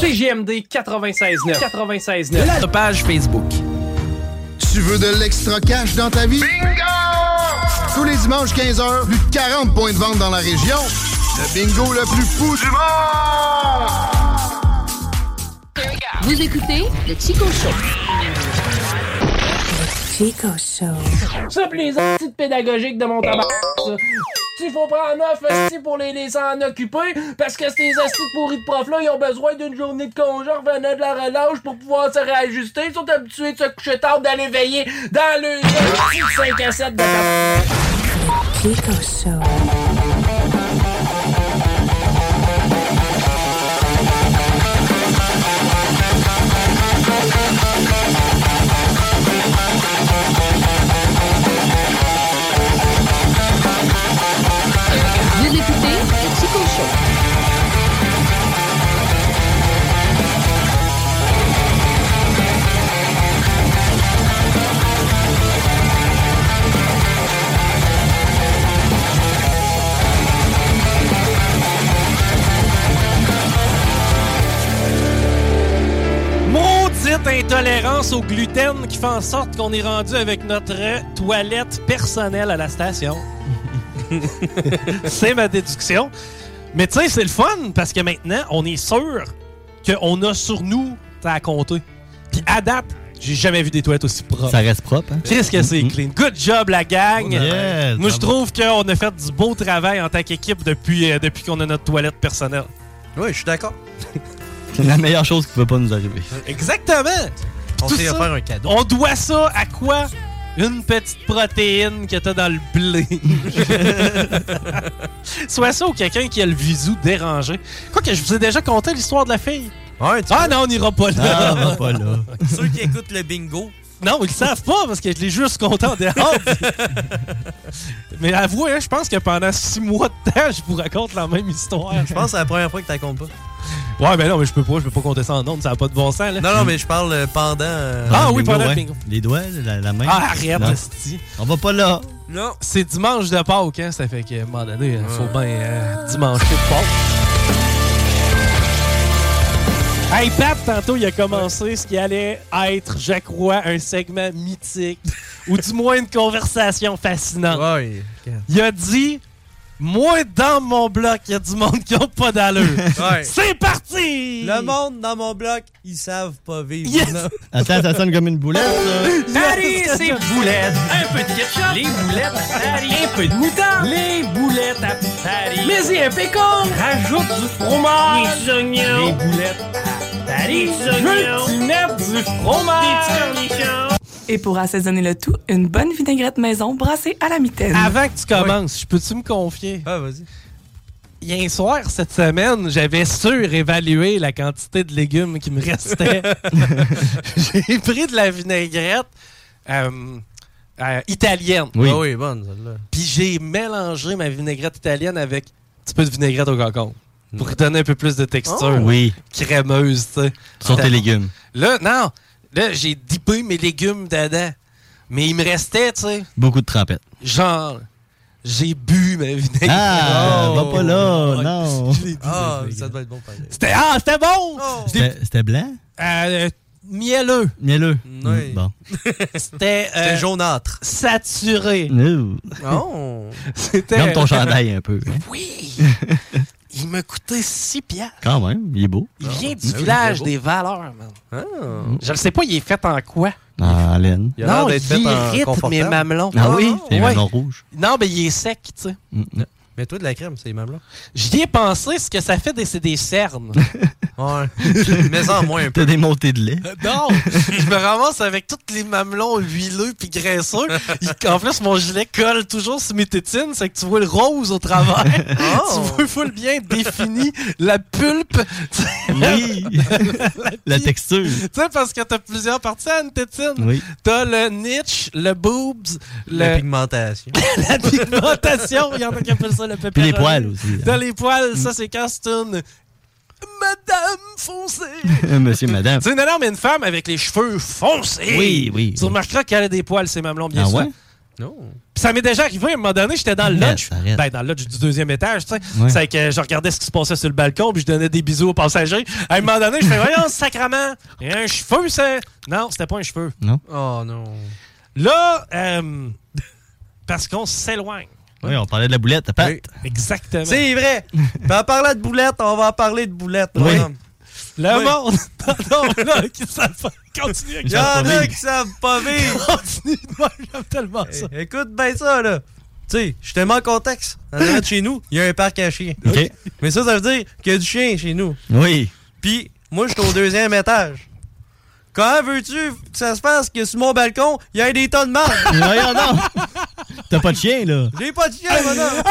S2: CGMD 96.9. 96.9.
S3: La page Facebook. Tu veux de l'extra cash dans ta vie? Bingo! Tous les dimanches 15h, plus de 40 points de vente dans la région. Le bingo le plus fou du monde!
S15: Vous écoutez le Chico Show.
S4: Chico Show.
S2: Ça, pis les artistes pédagogiques de mon tabac, ça. S'il faut prendre neuf aussi pour les laisser en occuper, parce que ces astuces pourris de profs-là, ils ont besoin d'une journée de congé en revenant de la relâche pour pouvoir se réajuster. Ils sont habitués de se coucher tard, d'aller veiller dans le 5 à 7 de
S4: Chico Show.
S15: Vous écoutez le Chico Show.
S1: Maudite intolérance au gluten qui fait en sorte qu'on est rendu avec notre euh, toilette personnelle à la station. c'est ma déduction. Mais tu sais, c'est le fun parce que maintenant, on est sûr qu'on a sur nous ça à compter. Puis à date, j'ai jamais vu des toilettes aussi propres.
S10: Ça reste propre, hein?
S1: Qu'est-ce que c'est clean? Good job, la gang!
S10: Yeah,
S1: Moi, je
S10: ça
S1: trouve qu'on a fait du beau travail en tant qu'équipe depuis, euh, depuis qu'on a notre toilette personnelle. Oui, je suis d'accord.
S10: C'est la meilleure chose qui peut pas nous arriver.
S1: Exactement!
S9: On
S1: Tout
S9: s'est
S1: ça,
S9: offert un cadeau.
S1: On doit ça à quoi? Une petite protéine que t'as dans le blé. Soit ça ou quelqu'un qui a le visou dérangé. Quoi que je vous ai déjà conté l'histoire de la fille. ah non, on n'ira pas là.
S10: Non, on va pas là.
S1: Ceux qui écoutent le bingo. Non, ils le savent pas parce que je l'ai juste content en dehors. Mais avouez, hein, je pense que pendant six mois de temps, je vous raconte la même histoire.
S9: Je pense que c'est la première fois que tu comptes pas.
S1: Ouais, ben non, mais je peux pas, je peux pas compter ça en nombre, ça n'a pas de bon sens. Là.
S9: Non, non, mais je parle euh, pendant. euh,
S1: Ah oui, pendant le bingo.
S10: Les doigts, la, la main.
S1: Ah, arrête,
S10: Non.
S1: esti.
S10: On va pas là.
S1: Non. C'est dimanche de Pâques, hein? Ça fait qu'à un moment donné, il faut bien euh, dimancher de Pâques. Hey, Pat, tantôt, il a commencé ce qui allait être, je crois, un segment mythique, ou du moins une conversation fascinante. Il a dit Moi, dans mon bloc, il y a du monde qui n'a pas d'allure.
S9: Ouais.
S1: C'est parti
S9: Le monde dans mon bloc, ils savent pas vivre.
S10: Attends, ça sonne comme une boulette, là.
S9: Marie, c'est
S11: boulettes, un peu de ketchup, les boulettes à Paris, un peu de moutarde, les boulettes à Paris, mais y un pécan, rajoute du fromage, les oignons, les boulettes à Paris, les oignons, tu mets du fromage, des petits cornichons.
S6: Et pour assaisonner le tout, une bonne vinaigrette maison brassée à la mitaine.
S1: Avant que tu commences, je peux-tu me confier? Ah, vas-y. Il y a un soir, cette semaine, j'avais surévalué la quantité de légumes qui me restait. J'ai pris de la vinaigrette euh, euh, italienne.
S9: Oui. Ah oui, bonne, celle-là.
S1: Puis j'ai mélangé ma vinaigrette italienne avec un petit peu de vinaigrette au cocon. Pour
S9: Mm.
S1: donner un peu plus de texture.
S10: Oh. Oui.
S1: Crémeuse, tu sais.
S10: Sur tes
S1: Tellement.
S10: légumes.
S1: Là, non. Là, j'ai dippé mes légumes dedans. Mais il me restait, tu sais,
S10: Beaucoup de trempettes.
S1: genre, j'ai bu Oh, ma vinaigrette.
S10: Ah, va pas là, non.
S9: Ah, ça doit être bon pareil. Oh.
S1: C'était, ah, c'était bon!
S10: C'était c'était blanc?
S1: Euh, mielleux.
S10: Mielleux. Mm, Bon.
S1: C'était. euh,
S9: jaunâtre.
S1: Saturé.
S10: Ouh.
S1: Non. C'était.
S10: Comme ton chandail un peu. hein.
S1: Oui. Il m'a coûté 6 piastres.
S10: Quand même, il est beau.
S9: Ah,
S1: Il vient
S9: ben
S1: du village des valeurs, man. Je ne sais pas, il est fait en quoi.
S10: En laine.
S1: non, il irrite mes mamelons.
S10: Ah oui? C'est
S1: Ouais.
S10: un rouge.
S1: Non, mais il est sec, tu sais.
S9: Mets-toi de la crème, c'est les mamelons.
S1: J'y ai pensé, ce que ça fait, c'est des cernes.
S9: Ouais. Mets-en moins un peu.
S10: T'as des montées de lait.
S1: Euh, Non! je me ramasse avec tous les mamelons huileux puis graisseux. Il- en plus, mon gilet colle toujours sur mes tétines, c'est que tu vois le rose au travers.
S9: Oh.
S1: Tu vois full bien défini la pulpe.
S10: Oui. La texture.
S1: Tu sais, parce que t'as plusieurs parties à une tétine.
S10: Oui.
S1: T'as le niche, le boobs,
S9: La
S1: le-
S9: pigmentation.
S1: la pigmentation. Il y en a qui appellent ça le pepperoni.
S10: Puis les poils aussi. hein. Mm.
S1: Dans les poils, ça, c'est quand c'est une Madame foncée.
S10: Monsieur, madame.
S1: Tu sais, non, non, mais une femme avec les cheveux foncés.
S10: Oui, oui.
S1: Tu remarqueras qu'elle a des poils, ces mamelons, bien
S10: Ah
S1: sûr.
S10: ouais?
S1: Non. Puis ça m'est déjà arrivé à un moment donné, j'étais dans le
S10: Ben,
S1: lodge.
S10: ça arrête.
S1: Ben, dans le lodge du deuxième étage, tu sais.
S10: Ouais.
S1: C'est que je regardais ce qui se passait sur le balcon, puis je donnais des bisous aux passagers. À un moment donné, je fais, voyons, sacrament, il y a un cheveu, c'est. Non, c'était pas un cheveu.
S10: Non.
S1: Oh, non. Là, euh, parce qu'on s'éloigne.
S10: Oui, on parlait de la boulette, Pat.
S1: Exactement.
S9: C'est vrai. Puis en parlant de boulettes, on va en parler de boulettes.
S10: Oui.
S1: Le
S9: Oui.
S1: monde, non, là, qui savent pas. Continue.
S9: Il y en a qui savent pas vivre.
S1: Continue, moi, j'aime tellement ça.
S9: É- Écoute bien ça, là. Tu sais, je te mets en contexte. En arrière de chez nous, il y a un parc à chiens.
S10: OK.
S9: Mais ça, ça veut dire qu'il y a du chien chez nous.
S10: Oui.
S9: Puis, moi, je suis au deuxième étage. Comment veux-tu que ça se passe que sur mon balcon, il y a des tas de marques?
S10: Voyons donc. T'as pas de chien, là.
S9: J'ai pas de chien, mon homme.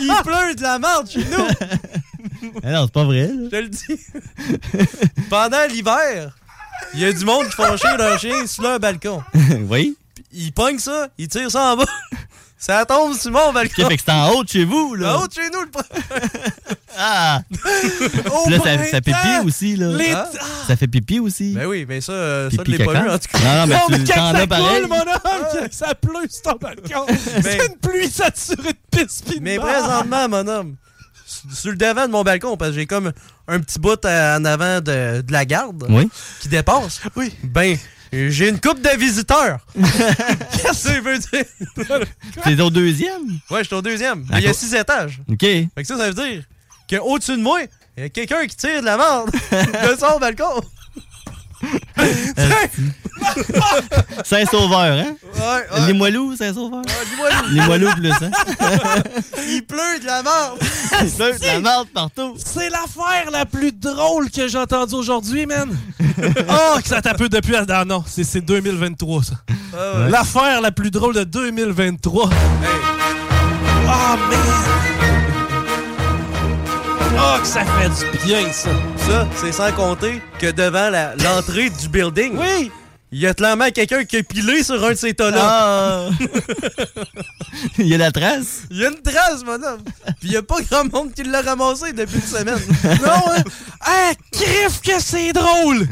S9: Il pleut de la merde chez nous.
S10: Ah non, c'est pas vrai, là.
S9: Je te le dis. Pendant l'hiver, il y a du monde qui font chier leur chien sur leur balcon.
S10: oui.
S9: Ils pognent ça, ils tirent ça en bas. Ça tombe sur mon balcon.
S10: OK, fait que c'est en haut de chez vous, là.
S9: En haut de chez nous, le problème.
S10: Ah!
S9: Au
S10: Puis là, ça, ça
S9: printemps,
S10: pipi aussi, là.
S9: les-
S10: Ah. Ça fait pipi aussi.
S9: Ben oui, mais ça, euh, ça, je
S10: Pipi
S9: l'ai pas
S10: caca.
S9: vu, en tout cas.
S10: Non, non, mais
S1: Non, mais
S10: tu
S1: quand
S10: t'en
S1: ça
S10: as pareil.
S1: coule, mon homme, quand ça pleut sur ton balcon, c'est une pluie saturée de pisse pis de
S9: Mais
S1: merde.
S9: présentement, mon homme, s- sur le devant de mon balcon, parce que j'ai comme un petit bout euh, en avant de, de la garde
S10: Oui.
S9: qui dépasse. Oui. Ben, j'ai une coupe de visiteurs. Qu'est-ce que tu veux dire?
S10: T'es au deuxième?
S9: ouais, je suis au deuxième.
S10: À
S9: Il y a
S10: quoi-
S9: six étages.
S10: OK.
S9: Fait que ça, ça veut dire qu'au-dessus de moi, il y a quelqu'un qui tire de la merde de son balcon.
S10: Saint-Sauveur, hein?
S9: Ouais, ouais.
S10: Les moelleux, Saint-Sauveur?
S9: Dis-moi,
S10: Les moelleux plus, hein?
S9: il pleut de la merde.
S10: Il pleut de la merde partout.
S1: C'est l'affaire la plus drôle que j'ai entendue aujourd'hui, man. oh, que ça tape depuis. Ah non, c'est c'est 2023, ça.
S9: Ah, ouais.
S1: L'affaire la plus drôle de 2023. Ah, man. Oh, que ça fait du bien, ça.
S9: Ça, c'est sans compter que devant la- l'entrée du building,
S1: Oui. Ah.
S9: il y a clairement quelqu'un qui a pilé sur un de ces tas-là.
S10: Il y a la trace.
S9: Il y a une trace, mon homme. Puis il n'y a pas grand monde qui l'a ramassé depuis une semaine. non, hein?
S1: Ah, crif que c'est drôle.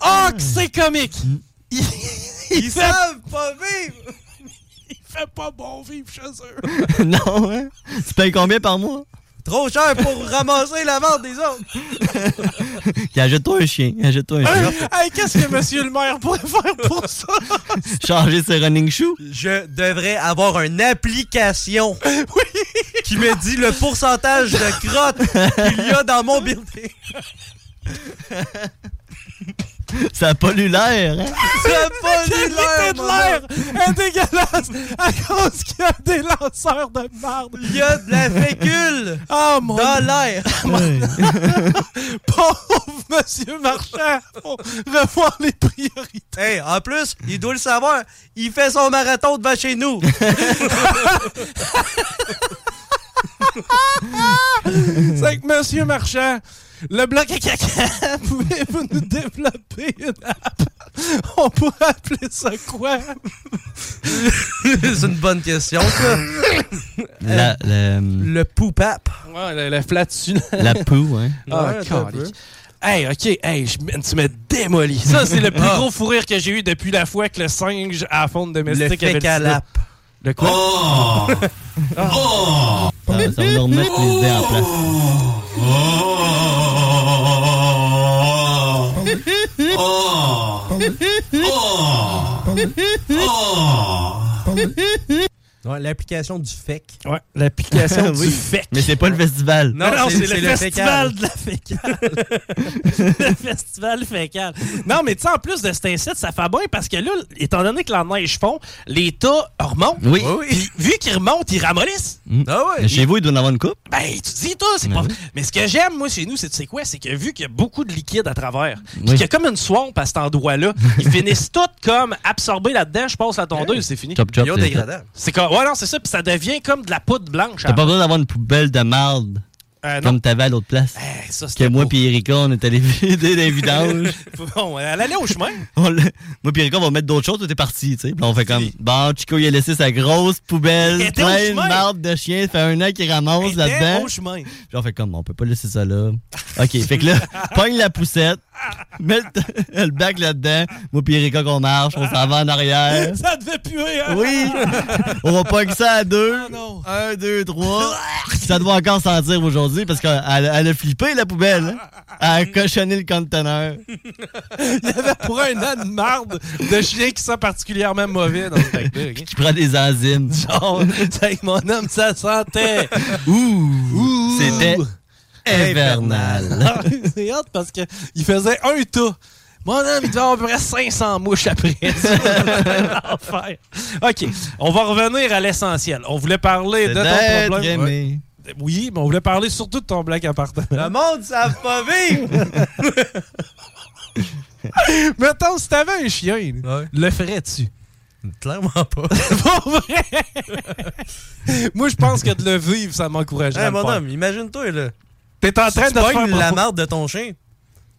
S9: Ah,
S1: Oh, que c'est comique. Il, il
S9: Ils
S1: fait,
S9: savent pas vivre.
S1: il fait pas bon vivre chez eux.
S10: non, hein? Tu payes combien par mois?
S9: Trop cher pour ramasser la vente des autres.
S10: Achète-toi un chien. Achète-toi un chien.
S1: Hey, qu'est-ce que monsieur le maire pourrait faire pour ça?
S10: Changer ses running shoes.
S9: Je devrais avoir une application qui me dit le pourcentage de crotte qu'il y a dans mon building.
S10: Ça pollue l'air. Hein?
S9: Ça pollue
S1: La
S9: l'air,
S1: qualité de
S9: mon
S1: l'air
S9: homme.
S1: est dégueulasse à cause qu'il y a des lanceurs de merde.
S9: Il y a de la fécule
S1: oh, mon
S9: dans l'air.
S1: Pauvre monsieur Marchand, faut revoir les priorités.
S9: Hey, en plus, il doit le savoir, il fait son marathon devant chez nous.
S1: C'est que monsieur Marchand, le bloc à caca, pouvez-vous nous développer une app? On pourrait appeler ça quoi?
S9: C'est une bonne question, ça.
S10: La, la,
S9: Le poupap.
S1: Ouais, la, la flatulence.
S10: la poux, hein.
S1: Ah,
S9: Ouais, attends un peu.
S1: calique. Hey, OK, hey, je- man, tu m'as démoli. Ça, c'est le plus
S9: Ah.
S1: gros fou rire que j'ai eu depuis la fois que le singe à la faune domestique
S9: Le
S1: avait sida.
S9: fécalap.
S1: Le quoi?
S9: Oh!
S1: Ah.
S10: Ça, va- ça va nous remettre les idées en place.
S9: Ouais, L'application du FEC.
S1: Ouais, l'application du
S10: Oui.
S1: FEC.
S10: Mais c'est pas le festival.
S1: Non, non, c'est le, festival
S9: fécal.
S1: de la fécale. le festival fécal. Non, mais tu sais, en plus de cet insecte, ça fait bien parce que là, étant donné que la neige fond, les tas remontent.
S10: Oui.
S1: Puis, vu qu'ils remontent, ils ramollissent.
S9: Ah ouais.
S10: Mais Chez vous, il doit en avoir une coupe.
S1: Ben, tu te dis, toi, c'est pas. Mais ce que j'aime, moi, chez nous, c'est tu sais quoi? C'est que vu qu'il y a beaucoup de liquide à travers, puis qu'il y a comme une swamp à cet endroit-là, ils finissent tout comme absorbés là-dedans. Je passe la tondeuse, c'est fini.
S10: Chop, chop, Biodégradable.
S9: c'est
S1: C'est comme. Ouais, non, c'est ça. Puis ça devient comme de la poudre blanche.
S10: T'as pas
S1: après.
S10: besoin d'avoir une poubelle de marde.
S1: Euh, non. Eh,
S10: comme t'avais à l'autre place.
S1: ça,
S10: que moi puis Erika, on est allé vider les vidanges.
S1: Bon, elle allait au chemin.
S10: On l'a- moi puis Erika, on va mettre d'autres choses, tout est parti, tu sais. Puis on fait comme, bon, Chico, il a laissé sa grosse
S1: Il
S10: poubelle
S1: était au
S10: pleine de
S1: chemin.
S10: marde de chien. Ça fait un an qu'il ramasse
S1: était
S10: là-dedans.
S1: au chemin.
S10: Puis on fait comme, on peut pas laisser ça là. OK, fait que là, pogne la poussette, mets le, le bac là-dedans. Moi puis Erika, qu'on marche, on s'en va en arrière.
S1: Ça devait puer, hein? Euh,
S10: Oui! On va pogner ça à deux.
S9: Ah
S10: Un, deux, trois. Ça doit encore sentir aujourd'hui parce qu'elle elle a flippé la poubelle. hein. Elle a cochonné le conteneur.
S1: Il y avait pour un an de marde de chien qui sent particulièrement mauvais dans hein. ce paquet. ok?
S10: Qui prend des enzymes.
S1: Genre, c'est que mon homme, ça sentait.
S10: Ouh! C'était invernal.
S1: Ah, c'est hot parce qu'il faisait un tas. Mon homme, il devait avoir à peu près 500 mouches après. L'enfer. OK, on va revenir à l'essentiel. On voulait parler de
S10: C'est
S1: ton
S10: d'être
S1: problème.
S10: aimé.
S1: Ouais. Oui, mais on voulait parler surtout de ton blague appartement.
S9: Le monde ne savent pas vivre.
S1: Mettons, si t'avais un chien, le ferais-tu?
S9: Clairement pas.
S1: Pour vrai! Moi, je pense que de le vivre, ça m'encouragerait.
S9: Hey,
S1: à le
S9: mon
S1: faire.
S9: homme, imagine-toi, là.
S1: T'es en train
S9: Si
S1: de
S9: tu
S1: te
S9: pognes
S1: faire
S9: la marde de ton chien.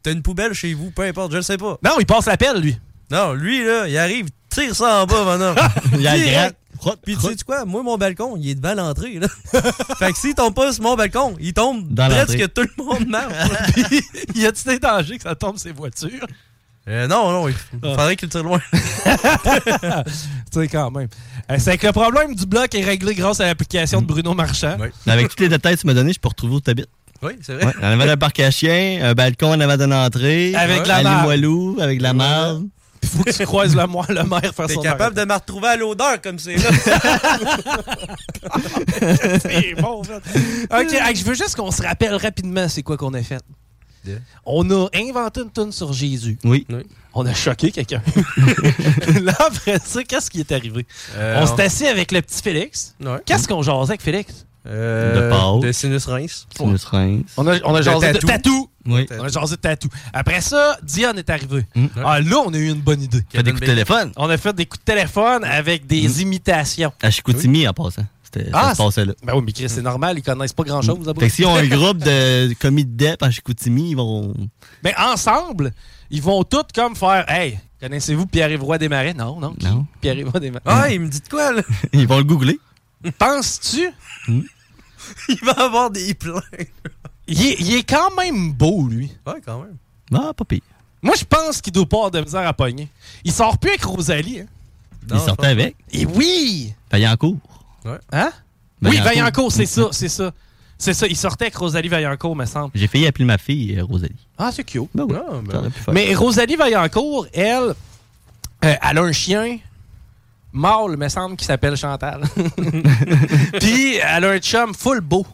S9: T'as une poubelle chez vous, peu importe, je le sais pas.
S1: Non, il passe la pelle, lui.
S9: Non, lui, là, il arrive, tire ça en bas, mon homme.
S10: Il a
S9: Direct.
S10: gratte.
S9: Puis tu sais quoi, moi, mon balcon, il est devant l'entrée, là. fait que s'il tombe pas sur mon balcon, il tombe
S10: Dans
S9: presque
S10: l'entrée.
S9: tout le monde marche.
S1: Puis, y a-tu des dangers que ça tombe ses voitures?
S9: Euh, non, non, il
S10: Ah.
S9: faudrait qu'il tire loin.
S1: tu sais, quand même. Euh, C'est que le problème du bloc est réglé grâce à l'application de Bruno Marchand.
S10: Mais Avec tous les détails que tu m'as donnés, je peux retrouver où t'habites.
S9: Oui, c'est
S10: Ouais, en avant d'un parc à chiens, un balcon en avant d'une entrée.
S1: Avec
S10: à
S1: la marde.
S10: Limoilou, avec la marde.
S1: Il faut que tu croises le, moi- le maire faire
S9: T'es
S1: son
S9: capable de me retrouver à l'odeur comme c'est là.
S1: arrêt. C'est bon, en fait. OK, hey, je veux juste qu'on se rappelle rapidement c'est quoi qu'on a fait.
S9: Yeah.
S1: On a inventé une tune sur Jésus.
S10: Oui.
S1: On a choqué quelqu'un. Là, après ça, qu'est-ce qui est arrivé?
S9: Euh,
S1: on
S9: on-
S1: s'est assis avec le petit Félix. Qu'est-ce qu'on jasait avec Félix?
S10: de
S9: Euh,
S10: Pau.
S9: De sinus Reims.
S10: Sinus Reims.
S1: On a, on a
S9: De
S1: jasé de
S9: tatou.
S1: tatou.
S10: Oui.
S1: On a jasé de tatou. Après ça, Diane est arrivée. Ah, là, on a eu une bonne idée.
S10: Mm. Fait des coups Mm. de téléphone.
S1: On a fait des coups de téléphone avec des imitations.
S10: À Chicoutimi, en passant. C'était
S1: Ah,
S10: ça se passait là.
S1: Ben oui, mais Chris, c'est normal, ils connaissent pas grand-chose. là-bas.
S10: Mm. Fait que s'ils ont un groupe de commis de dep à Chicoutimi, ils vont.
S1: Mais ensemble, ils vont tous comme faire Hey, connaissez-vous Pierre-Yves Roy Desmarais Non, non. qui?
S10: Non.
S1: Pierre-Yves Roy Desmarais.
S9: Ah, il me dit de quoi, là?
S10: Ils vont le googler.
S1: Penses-tu
S10: Mm.
S9: Il va avoir des plaintes.
S1: il est, il est quand même beau, lui.
S9: Ouais, quand même.
S10: Ah, pas pire.
S1: Moi, je pense qu'il doit pas avoir de misère à pogner. Il sort plus avec Rosalie. Hein?
S10: ils sortaient avec.
S1: Et oui
S10: Vaillancourt.
S1: Hein
S10: Vaillancourt.
S1: Ben, Oui, Vaillancourt, c'est ça, c'est ça. C'est ça, il sortait avec Rosalie Vaillancourt, me semble.
S10: J'ai failli appeler ma fille euh, Rosalie.
S1: Ah, c'est cute. Ah, ben-
S10: T'aurais pu faire.
S1: Mais Rosalie Vaillancourt, elle, euh, elle a un chien mâle, me semble, qui s'appelle Chantal. Puis elle a un chum full beau.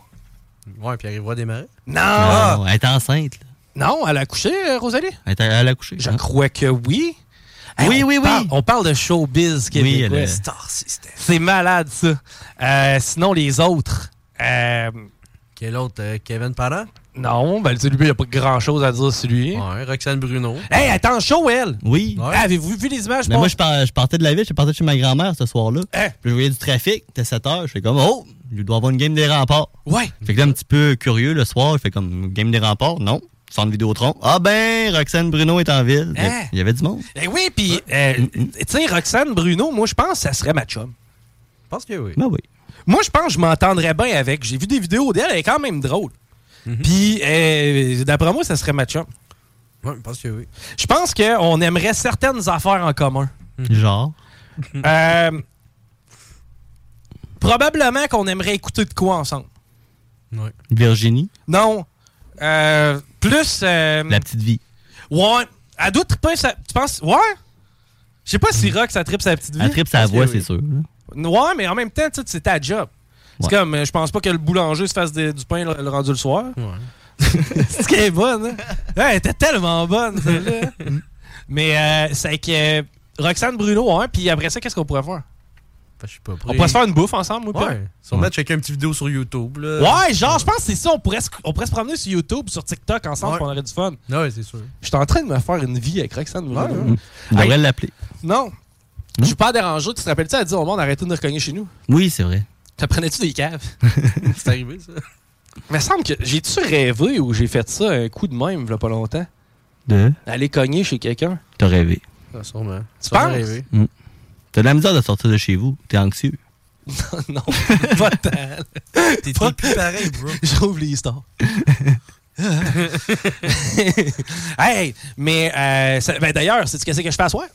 S9: Ouais, puis arrivera à démarrer.
S1: Non!
S9: Ah.
S10: Non, non, elle est enceinte. là.
S1: Non, elle a accouché, euh, Rosalie?
S10: Elle est hein. elle a couché. Je
S1: crois que oui. oui, oui, oui. on parle de showbiz québécois.
S10: elle est-
S1: Star System. C'est malade, ça. Euh, sinon, les autres. euh,
S9: Quel autre? euh, Kevin Parent?
S1: Non, ben, tu sais, lui, il n'y a pas grand-chose à dire sur lui.
S9: Ouais, Roxane Bruno.
S1: Hey, elle est en show, elle!
S10: Oui.
S9: Ah,
S1: Avez-vous vu les images?
S10: Mais moi,
S1: Paul?
S10: je, par- je partais de la ville, je partais de chez ma grand-mère ce soir-là. Puis Je voyais du trafic, c'était 7 heures. J'étais comme, oh, il doit y avoir une game des remparts.
S1: Ouais.
S10: Fait que là, un petit peu curieux le soir, je fais comme, game des remparts, non. Centre Vidéotron. Ah ben, Roxane Bruno est en ville. Il y a-
S1: Hein?
S10: Il y avait du monde.
S1: Eh oui, puis, euh, tu sais, Roxane Bruno, moi, je pense que ça serait ma chum. Je pense que oui.
S10: Ben oui.
S1: Moi, je pense que je m'entendrais bien avec. J'ai vu des vidéos d'elle, elle est quand même drôle. Puis, euh, d'après moi, ça serait ma chum.
S9: Ouais, je pense que oui.
S1: Je pense qu'on aimerait certaines affaires en commun.
S10: Mm-hmm. Genre.
S1: Euh, probablement qu'on aimerait écouter de quoi ensemble.
S10: Virginie,
S1: Non. Euh, plus. euh,
S10: la petite vie.
S1: Ouais. Elle doit triper sa. Tu penses. Ouais? Je sais pas si Rock, ça tripe sa petite vie.
S10: Mm. Elle tripe sa
S1: Mm-hmm. Parce que
S10: voix,
S1: oui.
S10: c'est sûr. là.
S1: Ouais, mais en même temps, tu sais, c'est ta job. C'est comme, euh, je pense pas que le boulanger se fasse des- du pain le, le rendu le soir. c'est ce qui est bonne, hein? Ouais, elle était tellement bonne, celle-là. mais euh, c'est que euh, Roxane Bruno, hein, puis après ça, qu'est-ce qu'on pourrait faire?
S9: Ben, Je suis pas prêt.
S1: On pourrait se faire une bouffe ensemble, ou pas?
S9: Ouais. Sûrement checker une petite vidéo sur YouTube. Là.
S1: Ouais, genre, je pense que c'est ça. On pourrait, se, on pourrait se promener sur YouTube, sur TikTok ensemble,
S9: Ouais.
S1: puis on aurait du fun.
S9: Ouais, c'est sûr.
S1: Je suis en train de me faire une vie avec Roxane Bruno.
S10: On
S1: Hey.
S10: devrait l'appeler.
S1: Non. Je suis pas dérangé. Tu te rappelles-tu, elle dit au monde, arrêtez de nous recogner chez nous.
S10: Oui, c'est vrai.
S1: T'apprenais-tu des caves?
S9: C'est arrivé, ça.
S1: Il me semble que j'ai-tu rêvé ou j'ai fait ça un coup de même, il pas longtemps?
S10: De?
S1: Aller cogner chez quelqu'un?
S10: T'as rêvé.
S9: Ah, sûrement.
S1: Tu
S9: Sûrement
S1: penses?
S9: arrivé.
S10: Mm. T'as de la misère de sortir de chez vous. T'es anxieux.
S1: non, pas tant.
S9: T'es
S1: T'es
S9: plus pareil, bro.
S1: J'ouvre les stores. hey, mais euh, ça- ben d'ailleurs, c'est ce que je fais à soir?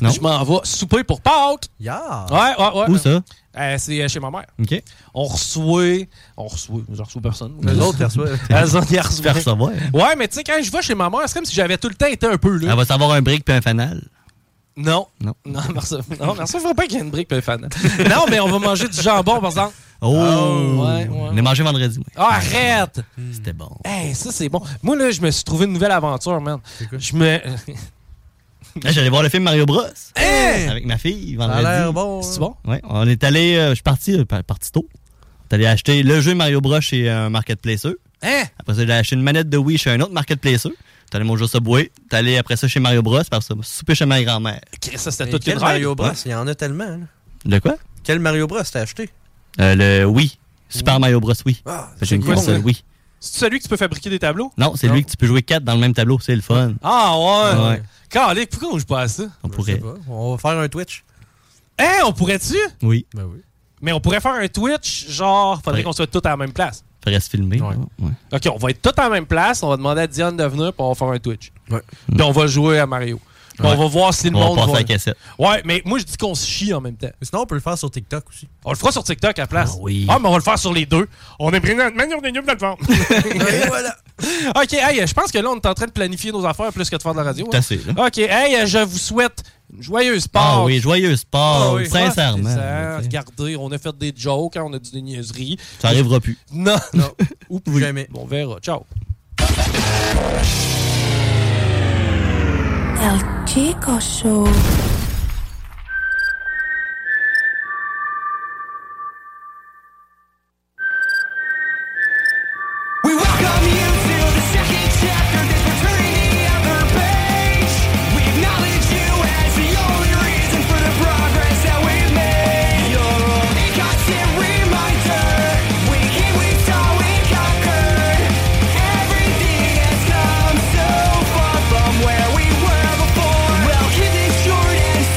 S10: Non.
S1: Je m'en vais souper pour Pâques.
S9: Yeah.
S1: Ouais, ouais, ouais.
S10: Où ça?
S1: Euh, c'est euh, chez ma mère.
S10: OK.
S1: On reçoit. On reçoit. Je reçois personne.
S9: Les autres, ils reçoivent.
S1: Elles ont des
S10: Tu fais recevoir.
S1: Ouais, mais tu sais, quand je vais chez ma mère, c'est comme si j'avais tout le temps été un peu là.
S10: Elle va savoir un brick puis un fanal.
S1: Non.
S10: Non.
S1: Non, merci. Non, merci. Faut pas qu'il y ait une brique, puis un fan. Non, mais on va manger du jambon, par exemple.
S10: Oh!
S1: ouais, ouais.
S10: On est mangé vendredi. oui.
S1: Ah, arrête!
S10: C'était bon.
S1: Hey, ça, c'est bon. Moi, là, je me suis trouvé une nouvelle aventure, man. Je me.
S10: Là, J'allais voir le film Mario Bros.
S1: Hein? Hey!
S10: Avec ma fille
S9: Ça a
S10: vendredi.
S9: l'air bon. hein.
S1: C'est bon?
S10: Ouais, on est allé, euh, je suis parti, euh, par- parti tôt. T'es allé acheter le jeu Mario Bros chez un marketplaceur.
S1: Hein?
S10: Après ça, j'ai acheté une manette de Wii chez un autre marketplaceur. T'es allé manger au Subway. T'es allé après ça chez Mario Bros. Après ça, souper chez ma grand-mère.
S1: Chris, Ça, c'était
S9: Mais
S1: tout
S9: Quel
S1: une rêve.
S9: Mario Bros?
S10: Ouais.
S9: Il y en a tellement. là.
S10: De quoi?
S9: Quel Mario Bros t'as acheté?
S10: Euh, le Wii. Super Mario Bros. Wii.
S9: Ah,
S10: Fait que j'ai une
S1: c'est quoi
S10: console
S1: ça?
S10: Wii.
S1: C'est celui que tu peux fabriquer des tableaux?
S10: Non, c'est lui que tu peux jouer quatre dans le même tableau. C'est le fun.
S1: Ah, ouais.
S10: Ouais.
S1: Calé, pourquoi on joue pas à ça?
S10: On pourrait.
S9: On va faire un Twitch.
S1: Hein, on pourrait-tu?
S10: Oui.
S9: Ben oui.
S1: Mais on pourrait faire un Twitch, genre, faudrait
S10: Ouais.
S1: qu'on soit tous à la même place.
S10: Faudrait se filmer. Ouais. Ouais.
S1: OK, on va être tous à la même place, on va demander à Diane de venir, puis on va faire un Twitch.
S9: Ouais.
S1: Puis on va jouer à Mario. Puis
S10: Ouais.
S1: On va voir si le
S10: On va
S1: monde
S10: passer
S1: va-
S10: la cassette.
S1: Ouais, mais moi, je dis qu'on se chie en même temps.
S9: Mais sinon, on peut le faire sur TikTok aussi.
S1: On le fera sur TikTok à la place. Ah
S10: oui.
S1: mais on va le faire sur les deux. On est pris notre manière de dans le fond.
S9: voilà.
S1: OK, hey, je pense que là, on est en train de planifier nos affaires plus que de faire de la radio. hein.
S10: Tout à fait, là.
S1: OK, hey, je vous souhaite une joyeuse
S10: Ah
S1: Pâques.
S10: oui, joyeux sport,
S1: Ah oui.
S10: sincèrement.
S1: Ah,
S10: là, tu sais.
S1: Regardez, on a fait des jokes, hein, on a dit des niaiseries.
S10: Ça arrivera plus.
S1: Non, non. Ou plus
S9: jamais.
S1: On verra. Ciao.
S4: El Chico Show.
S11: We welcome you to the second chapter that's returning the other page. We acknowledge you as the only reason for the progress that we've made. You're a constant reminder. Week in, week out, we conquered. Everything has come so far from where we were before. Well, keep this short and oh.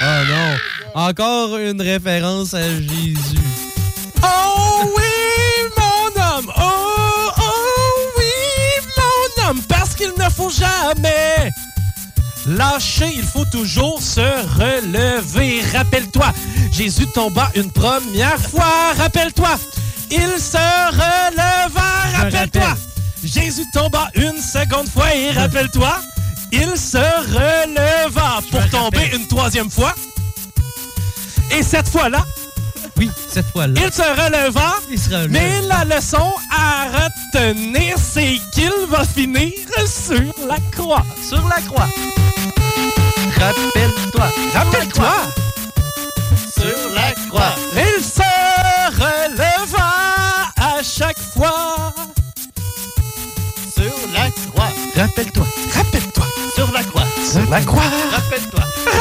S8: Ah non. Encore une référence à Jésus.
S1: Oh oui, mon homme! Oh, oh oui, mon homme! Parce qu'il ne faut jamais lâcher, il faut toujours se relever. Rappelle-toi, Jésus tomba une première fois. Rappelle-toi, il se releva. Rappelle-toi, Jésus tomba une seconde fois et rappelle-toi, il se releva pour tomber une troisième fois. Et cette fois-là,
S8: oui, cette fois-là.
S1: il se releva, mais la leçon à retenir, c'est qu'il va finir sur la croix. Sur la croix. Rappelle-toi. Rappelle-toi. Sur la croix. Il se releva à chaque fois. Sur la croix. Rappelle-toi. Rappelle-toi. Sur la croix. Sur la croix. Rappelle-toi.